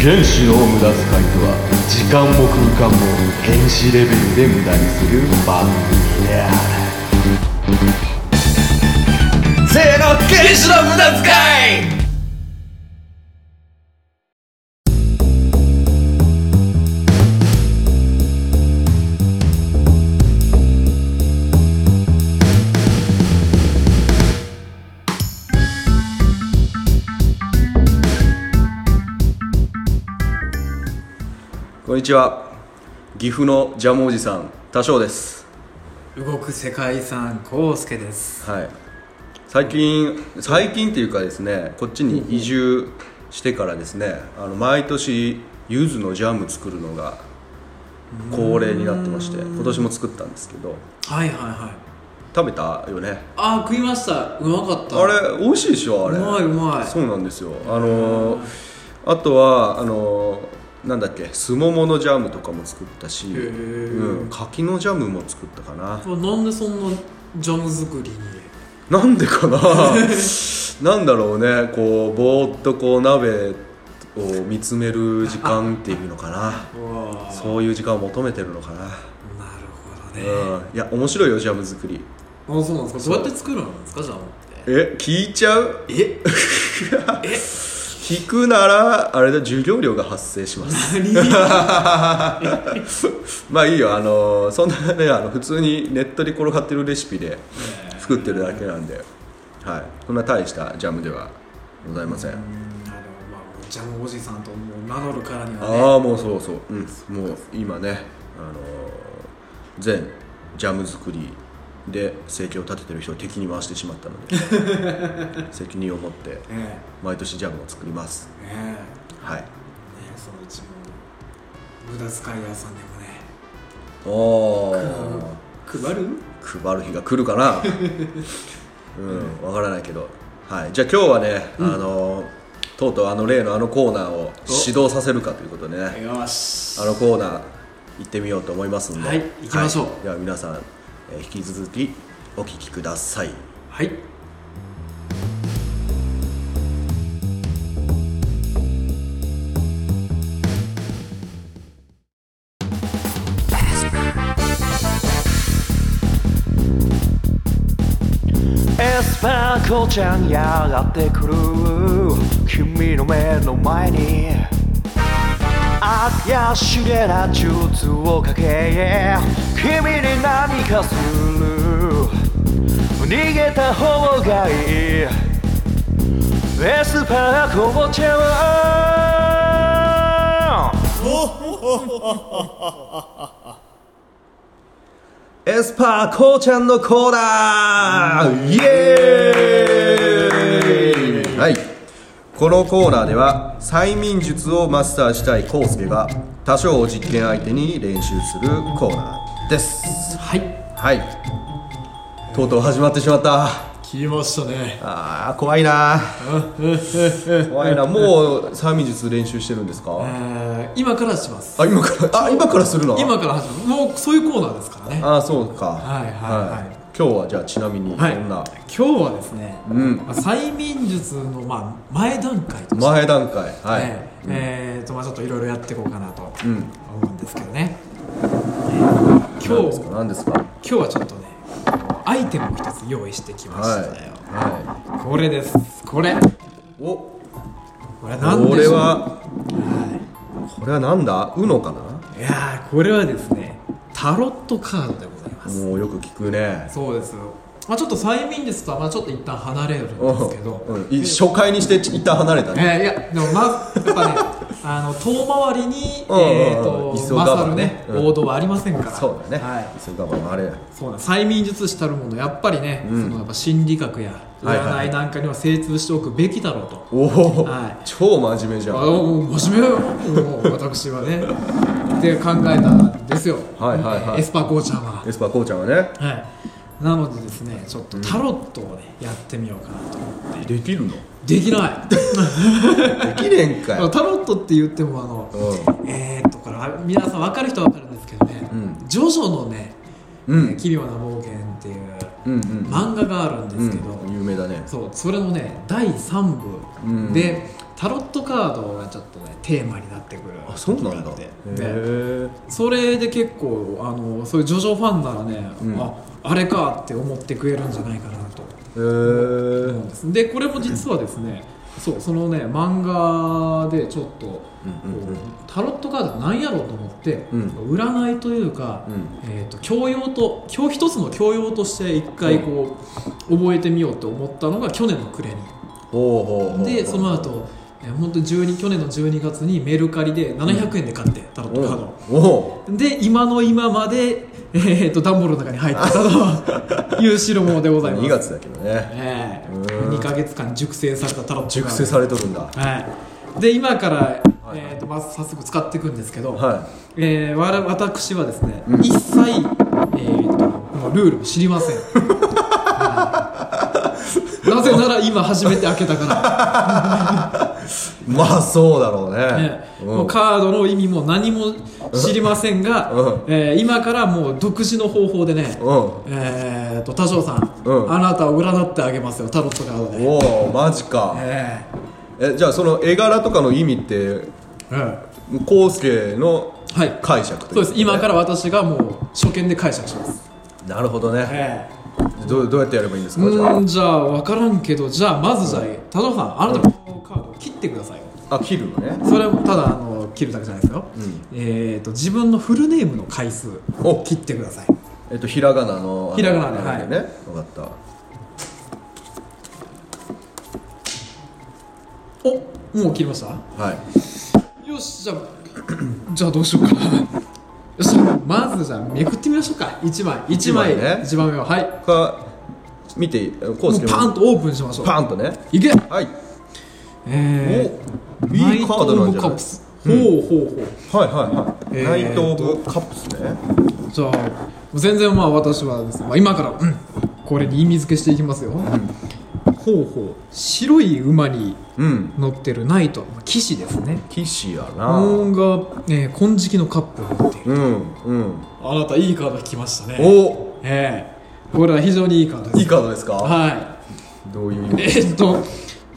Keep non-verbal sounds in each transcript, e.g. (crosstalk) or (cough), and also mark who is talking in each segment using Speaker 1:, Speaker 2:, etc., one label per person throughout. Speaker 1: 原子の無駄遣いとは時間も空間も原子レベルで無駄にする番組であるせーの原子の無駄遣い
Speaker 2: こんにちは岐阜のジャムおじさん多少です
Speaker 3: 動く世界遺産コウスケです
Speaker 2: はい最近最近っていうかですねこっちに移住してからですねあの毎年柚子のジャム作るのが恒例になってまして今年も作ったんですけど
Speaker 3: はいはいはい
Speaker 2: 食べたよね
Speaker 3: あー食いましたうまかった
Speaker 2: あれ美味しいでしょあれ
Speaker 3: うまいうまい
Speaker 2: そうなんですよあのーあとはあのーなんだっけすもものジャムとかも作ったし、
Speaker 3: へー
Speaker 2: うん、柿のジャムも作ったかな
Speaker 3: これなんでそんなジャム作りに
Speaker 2: なんでかな (laughs) なんだろうねこうぼーっとこう鍋を見つめる時間っていうのかな
Speaker 3: うわー
Speaker 2: そういう時間を求めてるのかな、
Speaker 3: なるほどね、
Speaker 2: うん、いや面白いよジャム作り
Speaker 3: あそうなんですかどうやって作るんですかジャムって
Speaker 2: え聞いちゃう
Speaker 3: え
Speaker 2: 聞くならあれだ授業料が発生
Speaker 3: (laughs)
Speaker 2: します
Speaker 3: 何
Speaker 2: まあいいよあのーそんなねあの普通にネットで転がってるレシピで作ってるだけなんで、はい、そんな大したジャムではございません、
Speaker 3: なるほどまあもうジャムおじさんともう名乗るからにはね
Speaker 2: ああもうそうそう、うん、もう今ね、あのー全ジャム作りで生計を立ててる人を敵に回してしまったので責任を持って
Speaker 3: え
Speaker 2: 毎年ジャムを作ります
Speaker 3: ええ
Speaker 2: は
Speaker 3: え
Speaker 2: い
Speaker 3: ねそのうちも無駄遣い屋さんでもね
Speaker 2: おー
Speaker 3: 配る
Speaker 2: 配る日が来るかなうんわからないけど、はい、じゃあ今日はね、あのーとうとうあの例のあのコーナーを指導させるかということでね
Speaker 3: よし
Speaker 2: あのコーナー行ってみようと思いますんで、
Speaker 3: はい行きましょう
Speaker 2: はいでは皆さん、えー引き続きお聞きください
Speaker 3: はい
Speaker 4: エスパーコちゃんやがってくる君の目の前に怪しげな術をかけ君に何かする逃げた方がいいエスパーコちゃんは
Speaker 2: エスパーこうちゃんのコーナーイエーイはいこのコーナーでは催眠術をマスターしたいコウスケが多少を実験相手に練習するコーナーです
Speaker 3: はい
Speaker 2: はいとうとう始まってしまった
Speaker 3: 切りましたね
Speaker 2: あー怖いな怖いなもう催眠術練習してるんですか
Speaker 3: えー今からします
Speaker 2: あ今からあ今からするの
Speaker 3: 今から始まるもうそういうコーナーですからね
Speaker 2: ああそうか
Speaker 3: はいはいはい
Speaker 2: 今日はじゃあちなみにどん
Speaker 3: はい
Speaker 2: な
Speaker 3: 今日はですね、
Speaker 2: ん
Speaker 3: まあ催眠術のまあ前段階として、
Speaker 2: 前段階はい、
Speaker 3: ねえーとまあちょっといろいろやっていこうかなと
Speaker 2: ん
Speaker 3: 思うんですけどね、えー
Speaker 2: 何
Speaker 3: 今
Speaker 2: で
Speaker 3: 日
Speaker 2: すか何ですか
Speaker 3: 今日はちょっとねアイテムを一つ用意してきま
Speaker 2: はい
Speaker 3: したよ、
Speaker 2: は
Speaker 3: これですこれ
Speaker 2: いお
Speaker 3: これなん
Speaker 2: こ
Speaker 3: でし
Speaker 2: れ
Speaker 3: ょう
Speaker 2: はこれはなんだうのかない
Speaker 3: やーこれはですねタロットカードでございます
Speaker 2: もうよく聞くね
Speaker 3: そうですよ、まあ、ちょっと催眠術とはまあちょっと一旦離れるんですけど、
Speaker 2: うんうんい初回にして一旦離れた
Speaker 3: えー
Speaker 2: ね
Speaker 3: いやでもまあやっぱねあの遠回りに、
Speaker 2: うんうんうん
Speaker 3: えー、と
Speaker 2: 急がば
Speaker 3: 勝るね、
Speaker 2: うん
Speaker 3: 王道はありませんから
Speaker 2: そうだね、
Speaker 3: はい、
Speaker 2: そうかもあれ
Speaker 3: そうなん催眠術師たるものやっぱりね、そのやっぱ心理学や
Speaker 2: はいはい
Speaker 3: 占いなんかには精通しておくべきだろうと、
Speaker 2: おお、
Speaker 3: はい
Speaker 2: 超真面目じゃん
Speaker 3: あお真面目よもう私は
Speaker 2: (laughs)
Speaker 3: ねって考えたんですよ
Speaker 2: はいはいはい
Speaker 3: エスパーコーちゃんは
Speaker 2: エスパーこうちゃんはね
Speaker 3: はいなのでですねちょっとタロットをね、やってみようかなと
Speaker 2: できるの
Speaker 3: でき
Speaker 2: (laughs)
Speaker 3: ない
Speaker 2: できれんかよ、
Speaker 3: タロットって言ってもあの、
Speaker 2: う
Speaker 3: えー、っとこれあ皆さん分かる人は分かるんですけどね、
Speaker 2: うん
Speaker 3: ジョジョのね、
Speaker 2: うん
Speaker 3: えー奇妙な冒険っていう
Speaker 2: うんうん
Speaker 3: 漫画があるんですけど、
Speaker 2: うん、有名だね
Speaker 3: そうそれのね第3
Speaker 2: うん
Speaker 3: 部で、タロットカードがちょっとねテーマになってくる
Speaker 2: あそうな
Speaker 3: 時が
Speaker 2: んだ
Speaker 3: あって
Speaker 2: へ
Speaker 3: ね
Speaker 2: ー
Speaker 3: それで結構あのそういうジョジョファンならね、ああれかって思ってくれるんじゃないかなと
Speaker 2: へー
Speaker 3: 思うんですでこれも実はですねそうそのね漫画でちょっとこう、タロットカードなんやろうと思って、
Speaker 2: うん
Speaker 3: 占いというか、
Speaker 2: うん
Speaker 3: えー、と教養と今日一つの教養として一回こう、覚えてみようと思ったのが去年の暮れに。
Speaker 2: ほうほうほうほう
Speaker 3: でその後えー本当に12去年の12月にメルカリで700円で買って、タロットカードを
Speaker 2: おお
Speaker 3: で今の今まで、えー、と段ボールの中に入ってたという代物でございます
Speaker 2: 2月だけどね
Speaker 3: ええ2か月間熟成されたタロットカード
Speaker 2: 熟成されとるんだ
Speaker 3: はいで今から、
Speaker 2: はい
Speaker 3: えー、とまず早速使っていくんですけど、
Speaker 2: は
Speaker 3: えーわら私はですね、一切、えーともうルールを知りませんはい
Speaker 2: (laughs)
Speaker 3: なぜなら今初めて開けたから
Speaker 2: いまあそうだろうね
Speaker 3: ね
Speaker 2: う
Speaker 3: もうんカードの意味も何も知りませんが、
Speaker 2: うん
Speaker 3: えー今からもう独自の方法でね、
Speaker 2: う
Speaker 3: えー、と多少さん、
Speaker 2: うん
Speaker 3: あなたを占ってあげますよタロットカード
Speaker 2: ん
Speaker 3: で、
Speaker 2: おおマジか
Speaker 3: え
Speaker 2: えじゃあその絵柄とかの意味って
Speaker 3: ーうん
Speaker 2: コウスケの
Speaker 3: はい
Speaker 2: 解釈とい
Speaker 3: そう
Speaker 2: う
Speaker 3: です今からら私がもう初見で解釈します、
Speaker 2: なるほどね
Speaker 3: えー
Speaker 2: どうどうやってやればいいんです
Speaker 3: う
Speaker 2: かじゃ
Speaker 3: ーんじゃあ分からんけどじゃあまずじゃあ多少さんあなたのこのカードを切ってくださいよ
Speaker 2: ああ切るのね
Speaker 3: それもただあの切るだけじゃないですよ、えー、と自分のフルネームの回数を
Speaker 2: お
Speaker 3: 切ってください
Speaker 2: えっとひらがなのあの
Speaker 3: ひらがなで
Speaker 2: あれね
Speaker 3: は
Speaker 2: 分かった
Speaker 3: おもう切りました
Speaker 2: はい
Speaker 3: よしじゃあ (clears throat) じゃあどうしようか (laughs) なよしまずじゃあめくってみましょうか1枚1枚
Speaker 2: 一枚ね
Speaker 3: 1枚目ははいも
Speaker 2: か見ていいコウス
Speaker 3: う
Speaker 2: ケ
Speaker 3: パンとオープンしましょう
Speaker 2: パンとね
Speaker 3: いけ
Speaker 2: はい
Speaker 3: え
Speaker 2: お
Speaker 3: ー、
Speaker 2: いいカードなんじゃな
Speaker 3: ナイトオブカ
Speaker 2: い
Speaker 3: プスほうほうほう、
Speaker 2: はいはい
Speaker 3: えー
Speaker 2: は
Speaker 3: と
Speaker 2: い、ナイト・オブ・カップスね
Speaker 3: じゃあもう全然まあ私はですね、まあ、今から、うん、これに意味付けしていきますよ、ほうほう白い馬に
Speaker 2: うん
Speaker 3: 乗ってるナイト、まあ、騎士ですね
Speaker 2: 騎士やなう
Speaker 3: 本が、えー、金色のカップを持っている
Speaker 2: んうん
Speaker 3: あなたいいカード引きましたね
Speaker 2: お
Speaker 3: ええこれは非常にいいカードです
Speaker 2: いいカードですか
Speaker 3: は
Speaker 2: どういう意
Speaker 3: い
Speaker 2: 味
Speaker 3: (laughs) えーっと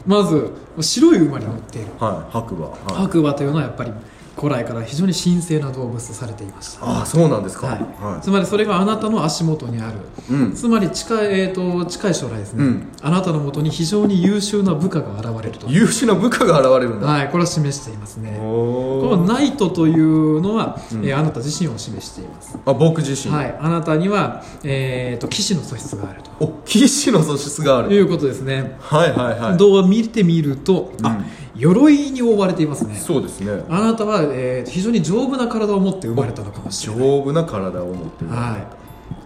Speaker 3: まず白い馬に乗っている
Speaker 2: はい白馬はい
Speaker 3: 白馬というのはやっぱり古来から非常に神聖な動物とされていました
Speaker 2: ああそうなんですか
Speaker 3: はい
Speaker 2: はい
Speaker 3: つまりそれがあなたの足元にある、
Speaker 2: うん
Speaker 3: つまり近い,、えーっと近い将来ですね、
Speaker 2: うん
Speaker 3: あなたのもとに非常に優秀な部下が現れると
Speaker 2: 優秀な部下が現れるんだ
Speaker 3: はい、これは示していますねこ
Speaker 2: お
Speaker 3: の
Speaker 2: ー
Speaker 3: ナイトというのは、えーあなた自身を示しています、
Speaker 2: あ僕自身
Speaker 3: はい、あなたには、えーっと騎士の素質がある
Speaker 2: お騎士の素質があ
Speaker 3: と
Speaker 2: る
Speaker 3: いうことですね
Speaker 2: はいはいはい
Speaker 3: どう見てみると、あ鎧に覆われていますね
Speaker 2: そうですね
Speaker 3: あなたは、えー非常に丈夫な体を持って生まれたのかもしれない、
Speaker 2: 丈夫な体を持っているは
Speaker 3: は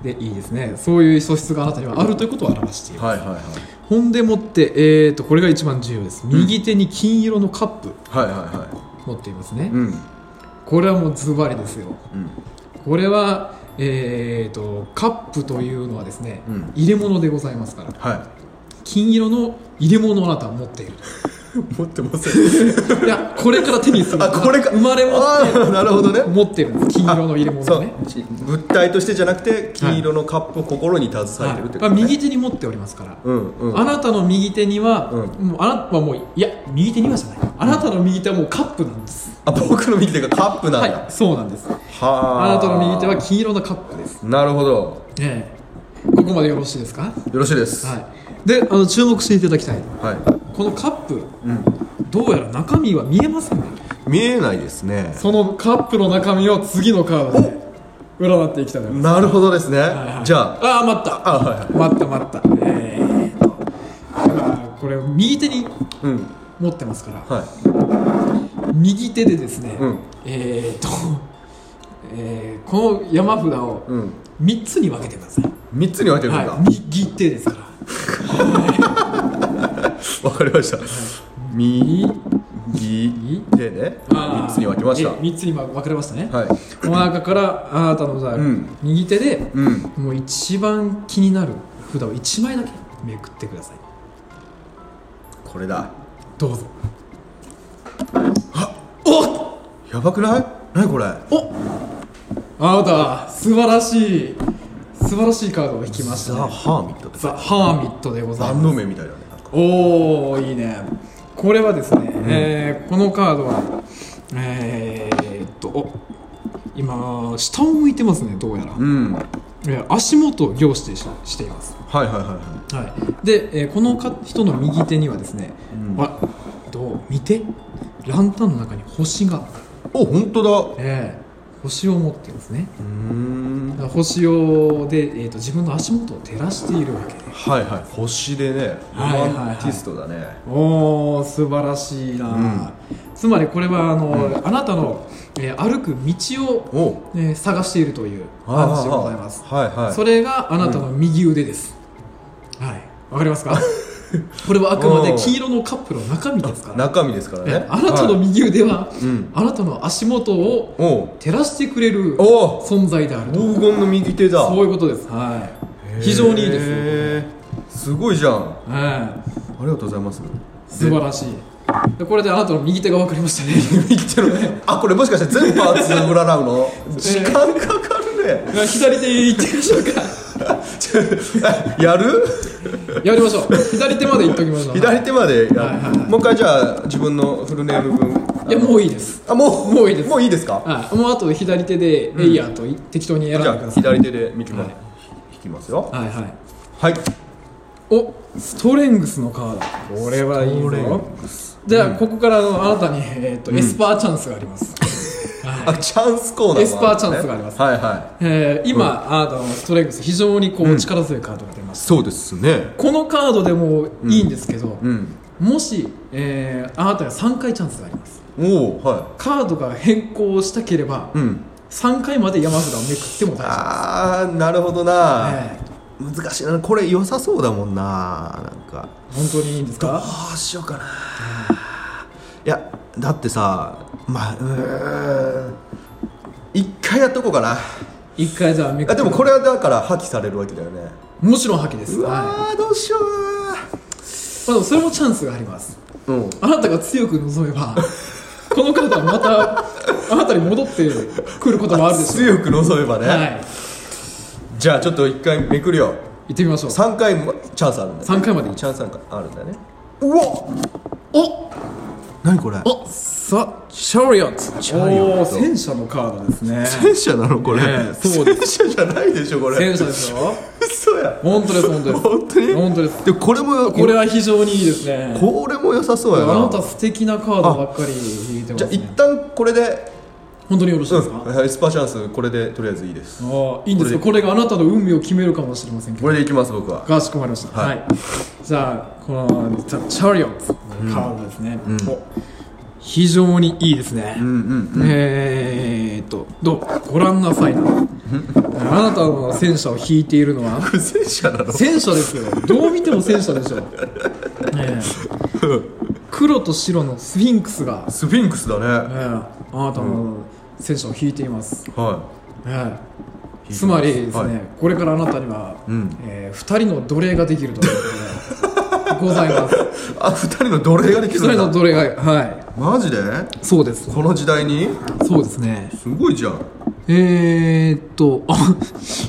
Speaker 3: い、でいいですねそういう素質があなたにはあるということを表してい
Speaker 2: い
Speaker 3: る、
Speaker 2: はいはい
Speaker 3: ほんでもって、えー、とこれが一番重要です右手に金色のカップ
Speaker 2: はいはいは
Speaker 3: 持っていますね、
Speaker 2: いうん
Speaker 3: これはもうズバリですよ
Speaker 2: うん
Speaker 3: これは、えー、とカップというのはですね、
Speaker 2: うん
Speaker 3: 入れ物でございますから
Speaker 2: は
Speaker 3: 金色の入れ物をあなたは持っている
Speaker 2: い持ってません
Speaker 3: いやこれから手にする
Speaker 2: (laughs) あこれか
Speaker 3: 生まれ持って
Speaker 2: あーなるほどね
Speaker 3: 持ってるんです金色の入れ物
Speaker 2: そ
Speaker 3: を
Speaker 2: う
Speaker 3: ね
Speaker 2: ち物体としてじゃなくて金色のカップを心に携えてるってこと、ね
Speaker 3: はい右手に持っておりますから、
Speaker 2: うんうん
Speaker 3: あなたの右手には、
Speaker 2: うん
Speaker 3: もうあなたはもういや右手にはじゃないあなたの右手はもうカップなんです、
Speaker 2: あ僕の右手がカップなん
Speaker 3: は
Speaker 2: だ、
Speaker 3: いそうなんです
Speaker 2: は
Speaker 3: あなたの右手は金色のカップです、
Speaker 2: なるほど
Speaker 3: ええここまでよろしいですか
Speaker 2: よろしいですはい、
Speaker 3: はいであの注目していただきたいこのカップ、どうやら中身は見えませんね
Speaker 2: 見えないですね
Speaker 3: そのカップの中身を次のカードで占っていきたいと思います
Speaker 2: なるほどですね、じゃ
Speaker 3: あ
Speaker 2: あ
Speaker 3: あー待った
Speaker 2: あはいはい
Speaker 3: 待った待ったえーっとあーこれ右手に
Speaker 2: うん
Speaker 3: 持ってますから、
Speaker 2: はい
Speaker 3: 右手でですね、
Speaker 2: うん
Speaker 3: えーっと、えーこの山札を
Speaker 2: うん
Speaker 3: 3つに分けてください、
Speaker 2: 3つに分けてるんだ、
Speaker 3: はい、右手ですから
Speaker 2: わかりました、右手ね
Speaker 3: あー
Speaker 2: 3つに分けました
Speaker 3: え3つに分かれましたね、
Speaker 2: はい
Speaker 3: この中からあなたのじゃあ、
Speaker 2: ん
Speaker 3: 右手で、
Speaker 2: うん
Speaker 3: もう一番気になる札を1枚だけめくってください
Speaker 2: これだ
Speaker 3: どうぞ
Speaker 2: やばくない何これ
Speaker 3: おあなた素晴らしい素晴らしいカードを引きました
Speaker 2: ザ・
Speaker 3: ね
Speaker 2: ハーミットです
Speaker 3: ザ・ハーミットでござい
Speaker 2: 残
Speaker 3: ま
Speaker 2: の
Speaker 3: す
Speaker 2: 目みたいだねなんか
Speaker 3: おおいいねこれはですね、ええーこのカードはえーっとお今下を向いてますねどうやら、
Speaker 2: うんはい
Speaker 3: えー足元を凝視ししています、
Speaker 2: はいはいは
Speaker 3: はい、で、えーこのか人の右手にはですね、あらどう見てランタンの中に星が、
Speaker 2: いお本当だ
Speaker 3: えー星を持っていますねだから星をで、えー、と自分の足元を照らしているわけで
Speaker 2: はいはい星でねロ
Speaker 3: はいはいはい
Speaker 2: マンティストだね、
Speaker 3: おー素晴らしいな、つまりこれはあの、あなたの、えー歩く道を、
Speaker 2: お
Speaker 3: えー探しているという話でございます
Speaker 2: はいはい
Speaker 3: それがあなたの右腕です、はいわかりますか (laughs) これはあくまで黄色のカップの中身ですから
Speaker 2: 中身ですから
Speaker 3: え
Speaker 2: ね
Speaker 3: あなたの
Speaker 2: はい
Speaker 3: 右腕は、
Speaker 2: ん
Speaker 3: あなたの足元を
Speaker 2: おう
Speaker 3: 照らしてくれる
Speaker 2: おう
Speaker 3: 存在であると
Speaker 2: 黄金の右手だ
Speaker 3: そういうことですはい非常にいいですよ
Speaker 2: へーすごいじゃんあ
Speaker 3: はい
Speaker 2: りがとうございます
Speaker 3: 素晴らしいでこれであなたの右手が分かりま (laughs) したね右手のね
Speaker 2: あこれもしかして全パーツ占うの時間かかるね (laughs)
Speaker 3: 左手いってみましょうか
Speaker 2: ちょやる
Speaker 3: やりましょう左手までいっときましょう
Speaker 2: 左手までやる、
Speaker 3: はいはいはい
Speaker 2: もう一回じゃあ自分のフルネーム分
Speaker 3: いやもういいです
Speaker 2: あもう
Speaker 3: もういいです
Speaker 2: もういいですか
Speaker 3: はいもうあと左手でエイヤーとい適当に選ん
Speaker 2: じ
Speaker 3: で
Speaker 2: ゃ
Speaker 3: く
Speaker 2: あ
Speaker 3: ださい
Speaker 2: 左手で見てもら
Speaker 3: はい
Speaker 2: 引きますよ
Speaker 3: はいはい
Speaker 2: はい
Speaker 3: おストレングスのカードこれはいい
Speaker 2: ストレ
Speaker 3: ぞじゃあここからのあなたに、えーとエスパーチャンスがあります、
Speaker 2: あチャンスコーナーもあるのね
Speaker 3: エスパーチャンスがあります
Speaker 2: はいはい
Speaker 3: えー今、あなたのストレングス非常にこう力強いカードが出ました、
Speaker 2: そうですね
Speaker 3: このカードでもいいんですけど、
Speaker 2: うん
Speaker 3: もし、えーあなたが3回チャンスがあります
Speaker 2: おおは
Speaker 3: カードが変更したければ、
Speaker 2: いうん
Speaker 3: 3回まで山札をめくっても大丈
Speaker 2: あーなるほどな、
Speaker 3: え
Speaker 2: 難しいなこれ良さそうだもんななんか
Speaker 3: 夫本当にいいんですか
Speaker 2: どうしようかないやだってさまあうーん一回やっとこうかな
Speaker 3: 1回じゃあめく
Speaker 2: あ
Speaker 3: って
Speaker 2: でもこれはだから破棄されるわけだよね
Speaker 3: もちろん破棄です、
Speaker 2: う
Speaker 3: はい
Speaker 2: わ
Speaker 3: ま
Speaker 2: ーどうしよ
Speaker 3: あ、でもそれもチャンスがあります
Speaker 2: ううん
Speaker 3: あなたが強く望めば (laughs) このカードはまたあなたに戻ってくることもあ
Speaker 2: (laughs)
Speaker 3: るでしょう
Speaker 2: 強く望めばね、
Speaker 3: はい
Speaker 2: じゃあちょっと一回めくるよ
Speaker 3: 行ってみましょう
Speaker 2: 3回もチャンスあるんだよ、
Speaker 3: 3
Speaker 2: ね、
Speaker 3: 回までいっ
Speaker 2: チャンスなんかあるんだよねうわ
Speaker 3: お
Speaker 2: 何これ
Speaker 3: おさシャリオット
Speaker 2: ャリオット
Speaker 3: おー戦車のカードです
Speaker 2: (laughs)
Speaker 3: ね
Speaker 2: 戦車なのこれ、
Speaker 3: ねえそうで
Speaker 2: 戦車じゃないでしょこれ
Speaker 3: 戦車ですよ
Speaker 2: 嘘や
Speaker 3: 本当です本当です
Speaker 2: 本当に
Speaker 3: 本当です
Speaker 2: でもこれも
Speaker 3: これは非常にいいですね
Speaker 2: これも良さそう
Speaker 3: あ
Speaker 2: やな
Speaker 3: なた素敵なカードばっかり引いてま
Speaker 2: じゃあ
Speaker 3: す
Speaker 2: 一
Speaker 3: ね
Speaker 2: 旦これで
Speaker 3: 本当によろしいですか、
Speaker 2: うんエスパーチャンスこれでとりあえずいいです
Speaker 3: ああいいんですよこれがあなたの運命を決めるかもしれませんけ
Speaker 2: こ
Speaker 3: ど
Speaker 2: れでいきます僕は
Speaker 3: かしこまりました
Speaker 2: は
Speaker 3: はいい、じゃあこのチャチャリオットのカードですね、お非常にいいですね、
Speaker 2: うん
Speaker 3: えーっとどうご覧なさいなあなたの戦車を引いているのは
Speaker 2: うん戦車なの
Speaker 3: 戦車ですよどう見ても戦車でし
Speaker 2: (laughs)
Speaker 3: ょ、ええ黒と白のスフィンクスが、
Speaker 2: スフィンクスだ
Speaker 3: ええ
Speaker 2: ね
Speaker 3: あなたの戦車を引いています、
Speaker 2: は
Speaker 3: ええつまりですね、
Speaker 2: はい
Speaker 3: これからあなたには、
Speaker 2: ん
Speaker 3: え2人の奴隷ができるということで (laughs) ございます
Speaker 2: いあ二人の奴隷ができ
Speaker 3: 2
Speaker 2: る
Speaker 3: 人の
Speaker 2: んだ
Speaker 3: 奴隷がはい
Speaker 2: マジで
Speaker 3: そうです
Speaker 2: この時代に
Speaker 3: そうですね
Speaker 2: すごいじゃん
Speaker 3: えー、っとあ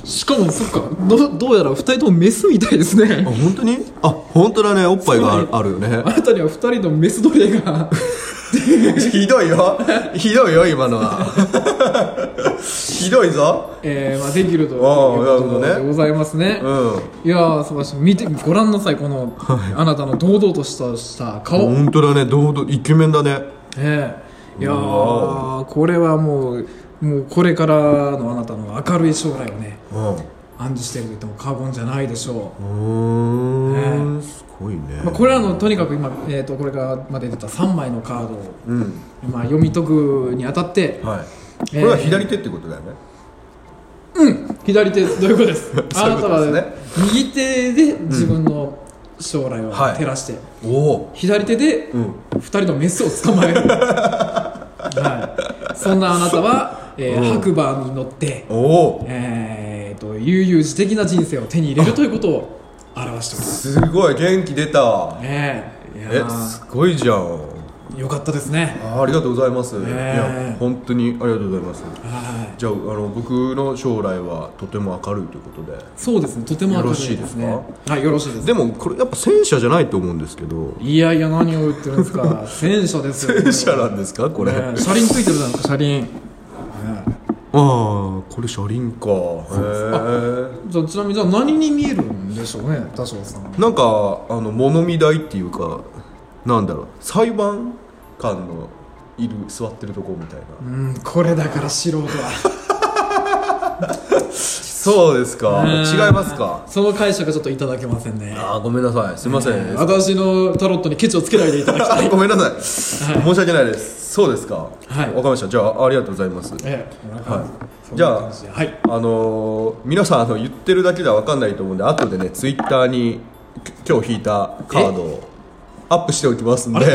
Speaker 3: しかもそっかどどうやら2人ともメスみたいですね
Speaker 2: (laughs) あ本当にあ本当だねおっぱいがあるあるよね
Speaker 3: あなたには2人のメス奴隷が (laughs)
Speaker 2: ひどいよひどいよ今のはひどいぞ
Speaker 3: えーまあ、できるという
Speaker 2: ああ
Speaker 3: こと
Speaker 2: なるほどね
Speaker 3: でございますね。
Speaker 2: うん
Speaker 3: いやー素晴らしい見てご覧なさいこの、あなたの堂々としたした顔、
Speaker 2: 本当だね堂々イケメンだね
Speaker 3: ええいやーこれはもうもうこれからのあなたの明るい将来をね
Speaker 2: う
Speaker 3: 暗示していると言っても過言じゃないでしょう、
Speaker 2: んうーんすごいね
Speaker 3: まあ、これらのとにかく今、えー、とこれからまで出た3枚のカードを、
Speaker 2: うん
Speaker 3: まあ、読み解くにあたって、
Speaker 2: はいこ
Speaker 3: えー
Speaker 2: れは左手ってことだよね
Speaker 3: 左手どういうことです
Speaker 2: (laughs) そ
Speaker 3: あ
Speaker 2: うい
Speaker 3: な
Speaker 2: うこ
Speaker 3: た
Speaker 2: と
Speaker 3: は
Speaker 2: ですね
Speaker 3: 右手で自分の将来を
Speaker 2: はい
Speaker 3: 照らして、
Speaker 2: おお
Speaker 3: 左手で
Speaker 2: ん
Speaker 3: 二人のメスを捕ま
Speaker 2: (laughs)
Speaker 3: える、はい、そんなあなたは、えー白馬に乗って、
Speaker 2: おお
Speaker 3: えー、と悠々自適な人生を手に入れるということを表しております
Speaker 2: すごい元気出た
Speaker 3: ねえいや
Speaker 2: え
Speaker 3: ー
Speaker 2: すごいじゃん
Speaker 3: よかったですね
Speaker 2: あありがとうございます、
Speaker 3: え
Speaker 2: いや本当にありがとうございます
Speaker 3: はい
Speaker 2: じゃああの僕の将来はとても明るいということで
Speaker 3: そうですねとても明るい
Speaker 2: よろしいですか
Speaker 3: はいよろしいです
Speaker 2: でもこれやっぱ戦車じゃないと思うんですけど
Speaker 3: いやいや何を言ってるんですか戦車ですよ
Speaker 2: 戦車なんですかこれ、
Speaker 3: ね車輪ついてるじゃないですか車輪
Speaker 2: ああこれ車輪かへ
Speaker 3: じゃあちなみにじゃあ何に見えるんでしょうね田代さん
Speaker 2: えんかあの物見台っていうかなんだろう裁判官のいる座ってるとこみたいな、
Speaker 3: うんこれだから素人は
Speaker 2: そうですか
Speaker 3: ねえ
Speaker 2: 違いますか
Speaker 3: その解釈ちょっといただけませんね
Speaker 2: ああごめんなさいすいません、 (laughs)
Speaker 3: 私のタロットにケチをつけないでいただきたい
Speaker 2: ごめんなさい、申し訳ないですそうですか
Speaker 3: はい
Speaker 2: わかりましたじゃあありがとうございます
Speaker 3: ええ
Speaker 2: はい
Speaker 3: じ
Speaker 2: じ
Speaker 3: ゃ
Speaker 2: ゃ
Speaker 3: あ
Speaker 2: あ
Speaker 3: はい
Speaker 2: あのー皆さんあの言ってるだけではわかんないと思うんで後でねツイッターにき今日引いたカードをアップしておきますんで (laughs)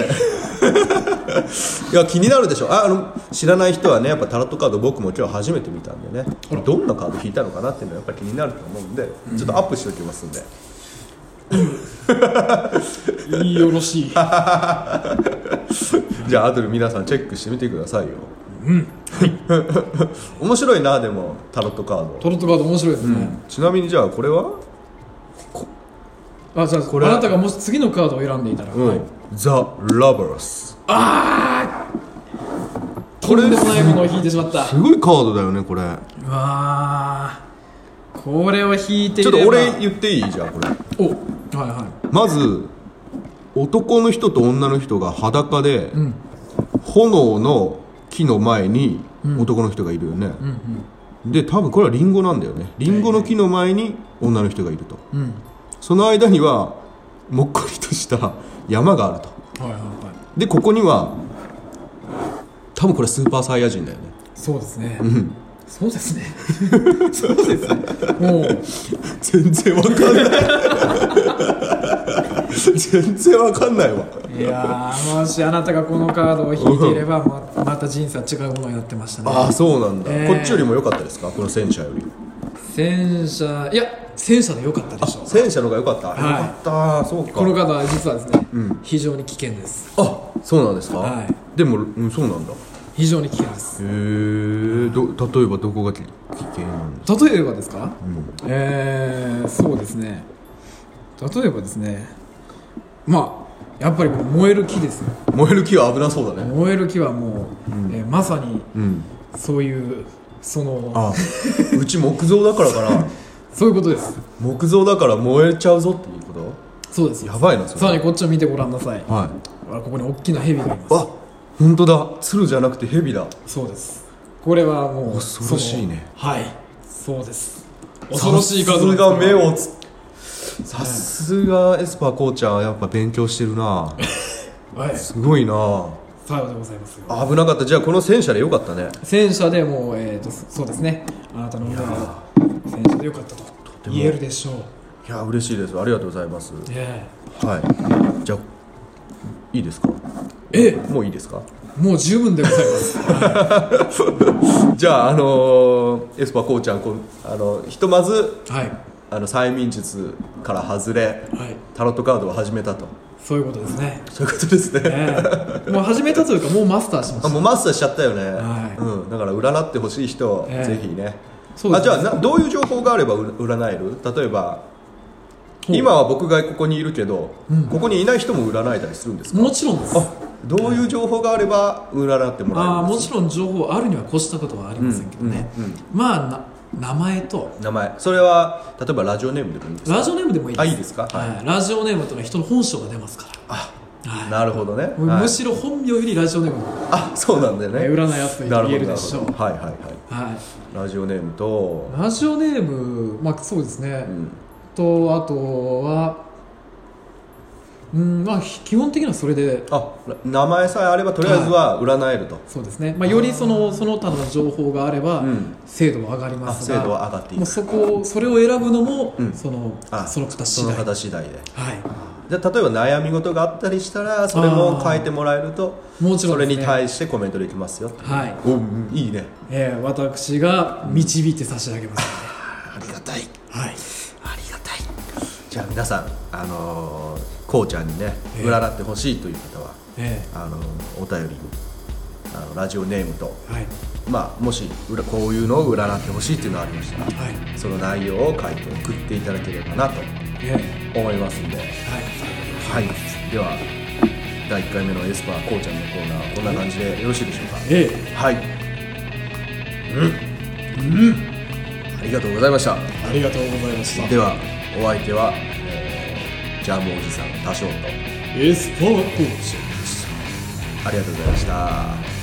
Speaker 2: いや気になるでしょああの知らない人はねやっぱタロットカード僕も今日初めて見たんでねどんなカード引いたのかなっていうのはやっぱ気になると思うんで、ちょっとアップしておきますんで
Speaker 3: よろしい
Speaker 2: じゃあ後で皆さんチェックしてみてくださいようん (laughs) 面白いなでもタロットカード
Speaker 3: タロットカード面白いですね
Speaker 2: ちなみにじゃあこれは
Speaker 3: あじゃあこ
Speaker 2: こ
Speaker 3: れ
Speaker 2: れ
Speaker 3: あ
Speaker 2: は
Speaker 3: なたがもし次のカードを選んでいたら
Speaker 2: うん、ザ・ラバース
Speaker 3: これでもないものを引いてしまった
Speaker 2: すごいカードだよねこれ
Speaker 3: うわーこれを引いてい
Speaker 2: ちょ
Speaker 3: れば
Speaker 2: っと俺言っていいじゃあこれ
Speaker 3: おはいは
Speaker 2: まず男の人と女の人が裸で、
Speaker 3: ん
Speaker 2: 炎の木の前に男の人がいるよね、で多分これはリンゴなんだよねリンゴの木の前に女の人がいると、
Speaker 3: いうん
Speaker 2: その間にはもっこりとした山があると
Speaker 3: はいはいはい
Speaker 2: でここには多分これスーパーサイヤ人
Speaker 3: (laughs)
Speaker 2: だよね
Speaker 3: そうですね
Speaker 2: うん
Speaker 3: そうですね (laughs) そうですねもう
Speaker 2: 全然わかんない全然わかんないわ
Speaker 3: いやーもしあなたがこのカードを引いていればままた人生は違うものになってましたね
Speaker 2: ああそうなんだ、
Speaker 3: えー
Speaker 2: こっちよりも良かったですかこの戦車より
Speaker 3: 戦車いや戦車でよかったでしょ
Speaker 2: 戦車の方が良かった、
Speaker 3: はい
Speaker 2: よかったそうか
Speaker 3: このカードは実はですね、
Speaker 2: ん
Speaker 3: 非常に危険です
Speaker 2: あそうなんですか、
Speaker 3: はい
Speaker 2: でも、うん、そうなんだへ
Speaker 3: 非常に危険です
Speaker 2: えど例えばどこがき危険なんだ
Speaker 3: 例えばですか、えー、そうですね例えばですねまあやっぱりもう燃える木ですよ
Speaker 2: 燃える木は危なそうだね
Speaker 3: 燃える木はもう、えーまさに
Speaker 2: うん
Speaker 3: そういうその
Speaker 2: あ (laughs) うち木造だからか
Speaker 3: (laughs)
Speaker 2: な
Speaker 3: そういうことです
Speaker 2: 木造だから燃えちゃうぞっていうこ
Speaker 3: そうです
Speaker 2: とやばいなそれ
Speaker 3: さらにこっちを見てごらんなさい
Speaker 2: はい
Speaker 3: ほらここに大きな蛇がいます
Speaker 2: あ本当だ鶴じゃなくて蛇だ
Speaker 3: そうですこれはもう
Speaker 2: 恐ろしいね
Speaker 3: そのはいそうです恐ろしい数
Speaker 2: さすが目をつさすがエスパーこうちゃんやっぱ勉強してるな
Speaker 3: はい
Speaker 2: すごいな
Speaker 3: さようでございますよ
Speaker 2: 危なかったじゃあこの戦車でよかったね
Speaker 3: 戦車でもう、えー、とそそうですねあなたの運命は戦車でよかったと
Speaker 2: ても
Speaker 3: 言えるでしょう
Speaker 2: いや嬉しいですありがとうございます
Speaker 3: え
Speaker 2: はいじゃあいいですか
Speaker 3: え
Speaker 2: もういいですか
Speaker 3: もう十分でございます
Speaker 2: じゃああのーエスパーこうちゃんこんあのひとまず
Speaker 3: はい
Speaker 2: あの催眠術から外れ
Speaker 3: はい
Speaker 2: タロットカードを始めたと
Speaker 3: そういうことですね、
Speaker 2: そういうことですね
Speaker 3: ええもう始めたというかもうマスターしま
Speaker 2: あ
Speaker 3: した
Speaker 2: もうマスターしちゃったよね、
Speaker 3: はい
Speaker 2: うん、だから占ってほしい人、
Speaker 3: ええ
Speaker 2: ぜひね
Speaker 3: そうです
Speaker 2: あじゃあなどういう情報があればう占える例えば
Speaker 3: ほう
Speaker 2: 今は僕がここにいるけど、ここにいない人も占えたりするんですか
Speaker 3: もちろんです
Speaker 2: あどういう情報があれば占ってもらえ
Speaker 3: あ
Speaker 2: る
Speaker 3: ー
Speaker 2: ん
Speaker 3: も
Speaker 2: です
Speaker 3: ちろん情報あるには越したことはありませんけどね、
Speaker 2: うんうんうん
Speaker 3: まあな名前と
Speaker 2: 名前それは例えばラジオネームでもいいんですか
Speaker 3: ラジオネームでもいいです
Speaker 2: あいいですか
Speaker 3: は
Speaker 2: はい
Speaker 3: ラジオネームというのは人の本性が出ますからはい
Speaker 2: なるほどね、
Speaker 3: もう
Speaker 2: はい
Speaker 3: むしろ本名よりラジオネームの方が
Speaker 2: あそうなんだよね
Speaker 3: え占いやすいと
Speaker 2: なるほ
Speaker 3: 言え
Speaker 2: ど
Speaker 3: るでしょう
Speaker 2: なるほどはいはいはい
Speaker 3: は
Speaker 2: ラジオネームと
Speaker 3: いラジオネームまあそうですね、
Speaker 2: ん
Speaker 3: とあとはうんまあひ基本的にはそれで
Speaker 2: あら名前さえあればとりあえずは占えると、
Speaker 3: そうですね、まあ、よりそのその他の情報があれば、
Speaker 2: うん
Speaker 3: 精度は上がりますが
Speaker 2: あ精度は上がっていく
Speaker 3: もうそこをそれを選ぶのも、
Speaker 2: うん
Speaker 3: その
Speaker 2: あ
Speaker 3: その方
Speaker 2: そ
Speaker 3: 次
Speaker 2: の
Speaker 3: 第
Speaker 2: 方次第で
Speaker 3: は
Speaker 2: じゃあ例えば悩み事があったりしたらそれも書いてもらえると
Speaker 3: あーもちろん
Speaker 2: そ
Speaker 3: ですね
Speaker 2: れに対してコメントできますよ
Speaker 3: い、はい
Speaker 2: おうんいいね
Speaker 3: えー、私が導いて差し上げます
Speaker 2: ありがたい
Speaker 3: ので、はい、
Speaker 2: ありがたいじゃあ皆さんあのー、こうちゃんにね占ってほしいという方は
Speaker 3: え
Speaker 2: あのお便りあのラジオネームと、
Speaker 3: えはい
Speaker 2: まあ、もしうらこういうのを占ってほしいっていうのがありましたら
Speaker 3: はい
Speaker 2: その内容を書いて送っていただければなと
Speaker 3: ええ
Speaker 2: 思いますんで、は
Speaker 3: はい
Speaker 2: い、では第1回目のエスパーこうちゃんのコーナーこんな感じでよろしいでしょうか
Speaker 3: え
Speaker 2: はいうん、ありがとうございました
Speaker 3: えありがとうございました
Speaker 2: ではお相手は、えージャムおじさん多少と
Speaker 3: エスパーコーチ
Speaker 2: ありがとうございました